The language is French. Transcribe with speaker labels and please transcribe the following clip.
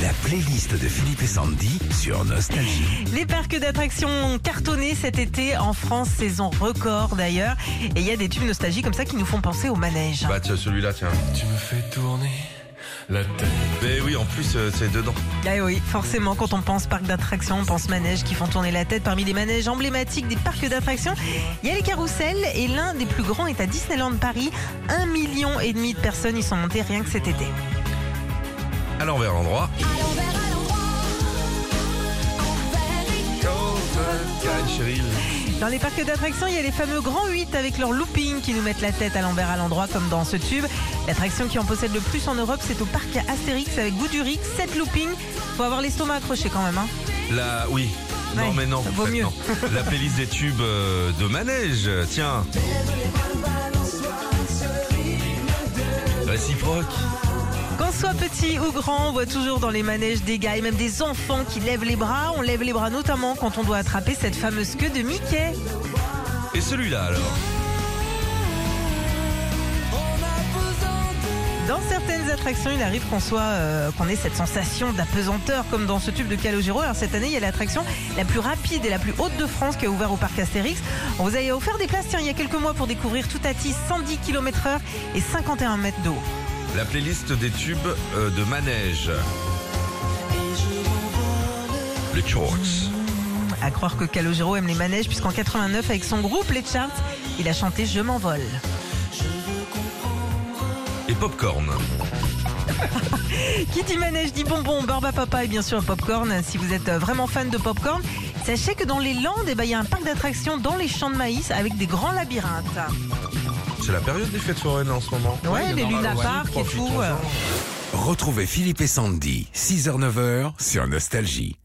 Speaker 1: La playlist de Philippe et Sandy sur Nostalgie.
Speaker 2: Les parcs d'attractions ont cartonné cet été en France, saison record d'ailleurs. Et il y a des tubes nostalgiques comme ça qui nous font penser au manège.
Speaker 3: Bah tiens, celui-là, tiens.
Speaker 4: Tu me fais tourner la tête.
Speaker 3: Mais oui, en plus, euh, c'est dedans.
Speaker 2: Ah oui, forcément, quand on pense parc d'attractions, on pense manèges qui font tourner la tête. Parmi les manèges emblématiques des parcs d'attractions, il y a les carousels et l'un des plus grands est à Disneyland Paris. Un million et demi de personnes y sont montées rien que cet été.
Speaker 3: À l'envers, l'endroit.
Speaker 2: Dans les parcs d'attractions, il y a les fameux grands 8 avec leur looping qui nous mettent la tête à l'envers à l'endroit comme dans ce tube. L'attraction qui en possède le plus en Europe, c'est au parc Astérix avec Gouduric, 7 loopings. Faut avoir l'estomac accroché quand même. Hein.
Speaker 3: La... Oui. Non,
Speaker 2: Ouais,
Speaker 3: mais non.
Speaker 2: vaut
Speaker 3: en fait,
Speaker 2: mieux.
Speaker 3: non. La playlist des tubes euh, de manège, tiens. Réciproque.
Speaker 2: Qu'on soit petit ou grand, on voit toujours dans les manèges des gars et même des enfants qui lèvent les bras. On lève les bras notamment quand on doit attraper cette fameuse queue de Mickey.
Speaker 3: Et celui-là, alors
Speaker 2: Dans certaines attractions, il arrive qu'on soit, euh, qu'on ait cette sensation d'apesanteur, comme dans ce tube de Calogero. Alors cette année, il y a l'attraction la plus rapide et la plus haute de France qui a ouvert au parc Astérix. On vous avait offert des places, tiens, il y a quelques mois pour découvrir tout à 10, 110 km/h et 51 mètres d'eau.
Speaker 3: La playlist des tubes euh, de manège. Les Chorks.
Speaker 2: À croire que Calogero aime les manèges, puisqu'en 89, avec son groupe Les Charts, il a chanté Je m'envole.
Speaker 3: Et Popcorn.
Speaker 2: Qui dit manège dit bonbon, barbe à papa et bien sûr popcorn. Si vous êtes euh, vraiment fan de popcorn, sachez que dans les Landes, eh ben, il y a un parc d'attractions dans les champs de maïs avec des grands labyrinthes.
Speaker 3: C'est la période des fêtes foraines là, en ce moment.
Speaker 2: Ouais, les Luna Park et tout.
Speaker 3: profitons-en.
Speaker 2: euh,
Speaker 1: Retrouvez Philippe et Sandy, 6h-9h sur Nostalgie.